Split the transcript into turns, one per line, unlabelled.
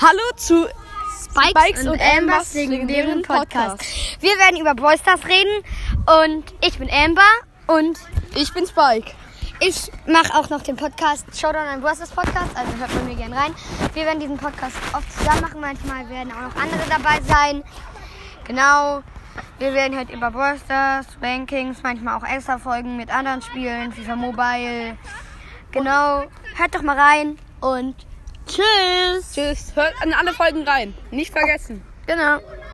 Hallo zu
Spikes,
Spikes
und,
und
Ambers
Ambers legendären
legendären Podcast.
Podcast.
Wir werden über Boy Stars reden und ich bin Amber und
Ich bin Spike.
ich mache auch noch den Podcast Showdown ein Boy Stars Podcast, also hört bei mir gerne rein. Wir werden diesen Podcast oft zusammen machen, manchmal werden auch noch andere dabei sein. Genau. Wir werden halt über Boy Stars, Rankings, manchmal auch extra Folgen mit anderen Spielen, FIFA Mobile. Genau. Hört doch mal rein und
Tschüss. Hört an alle Folgen rein. Nicht vergessen.
genau.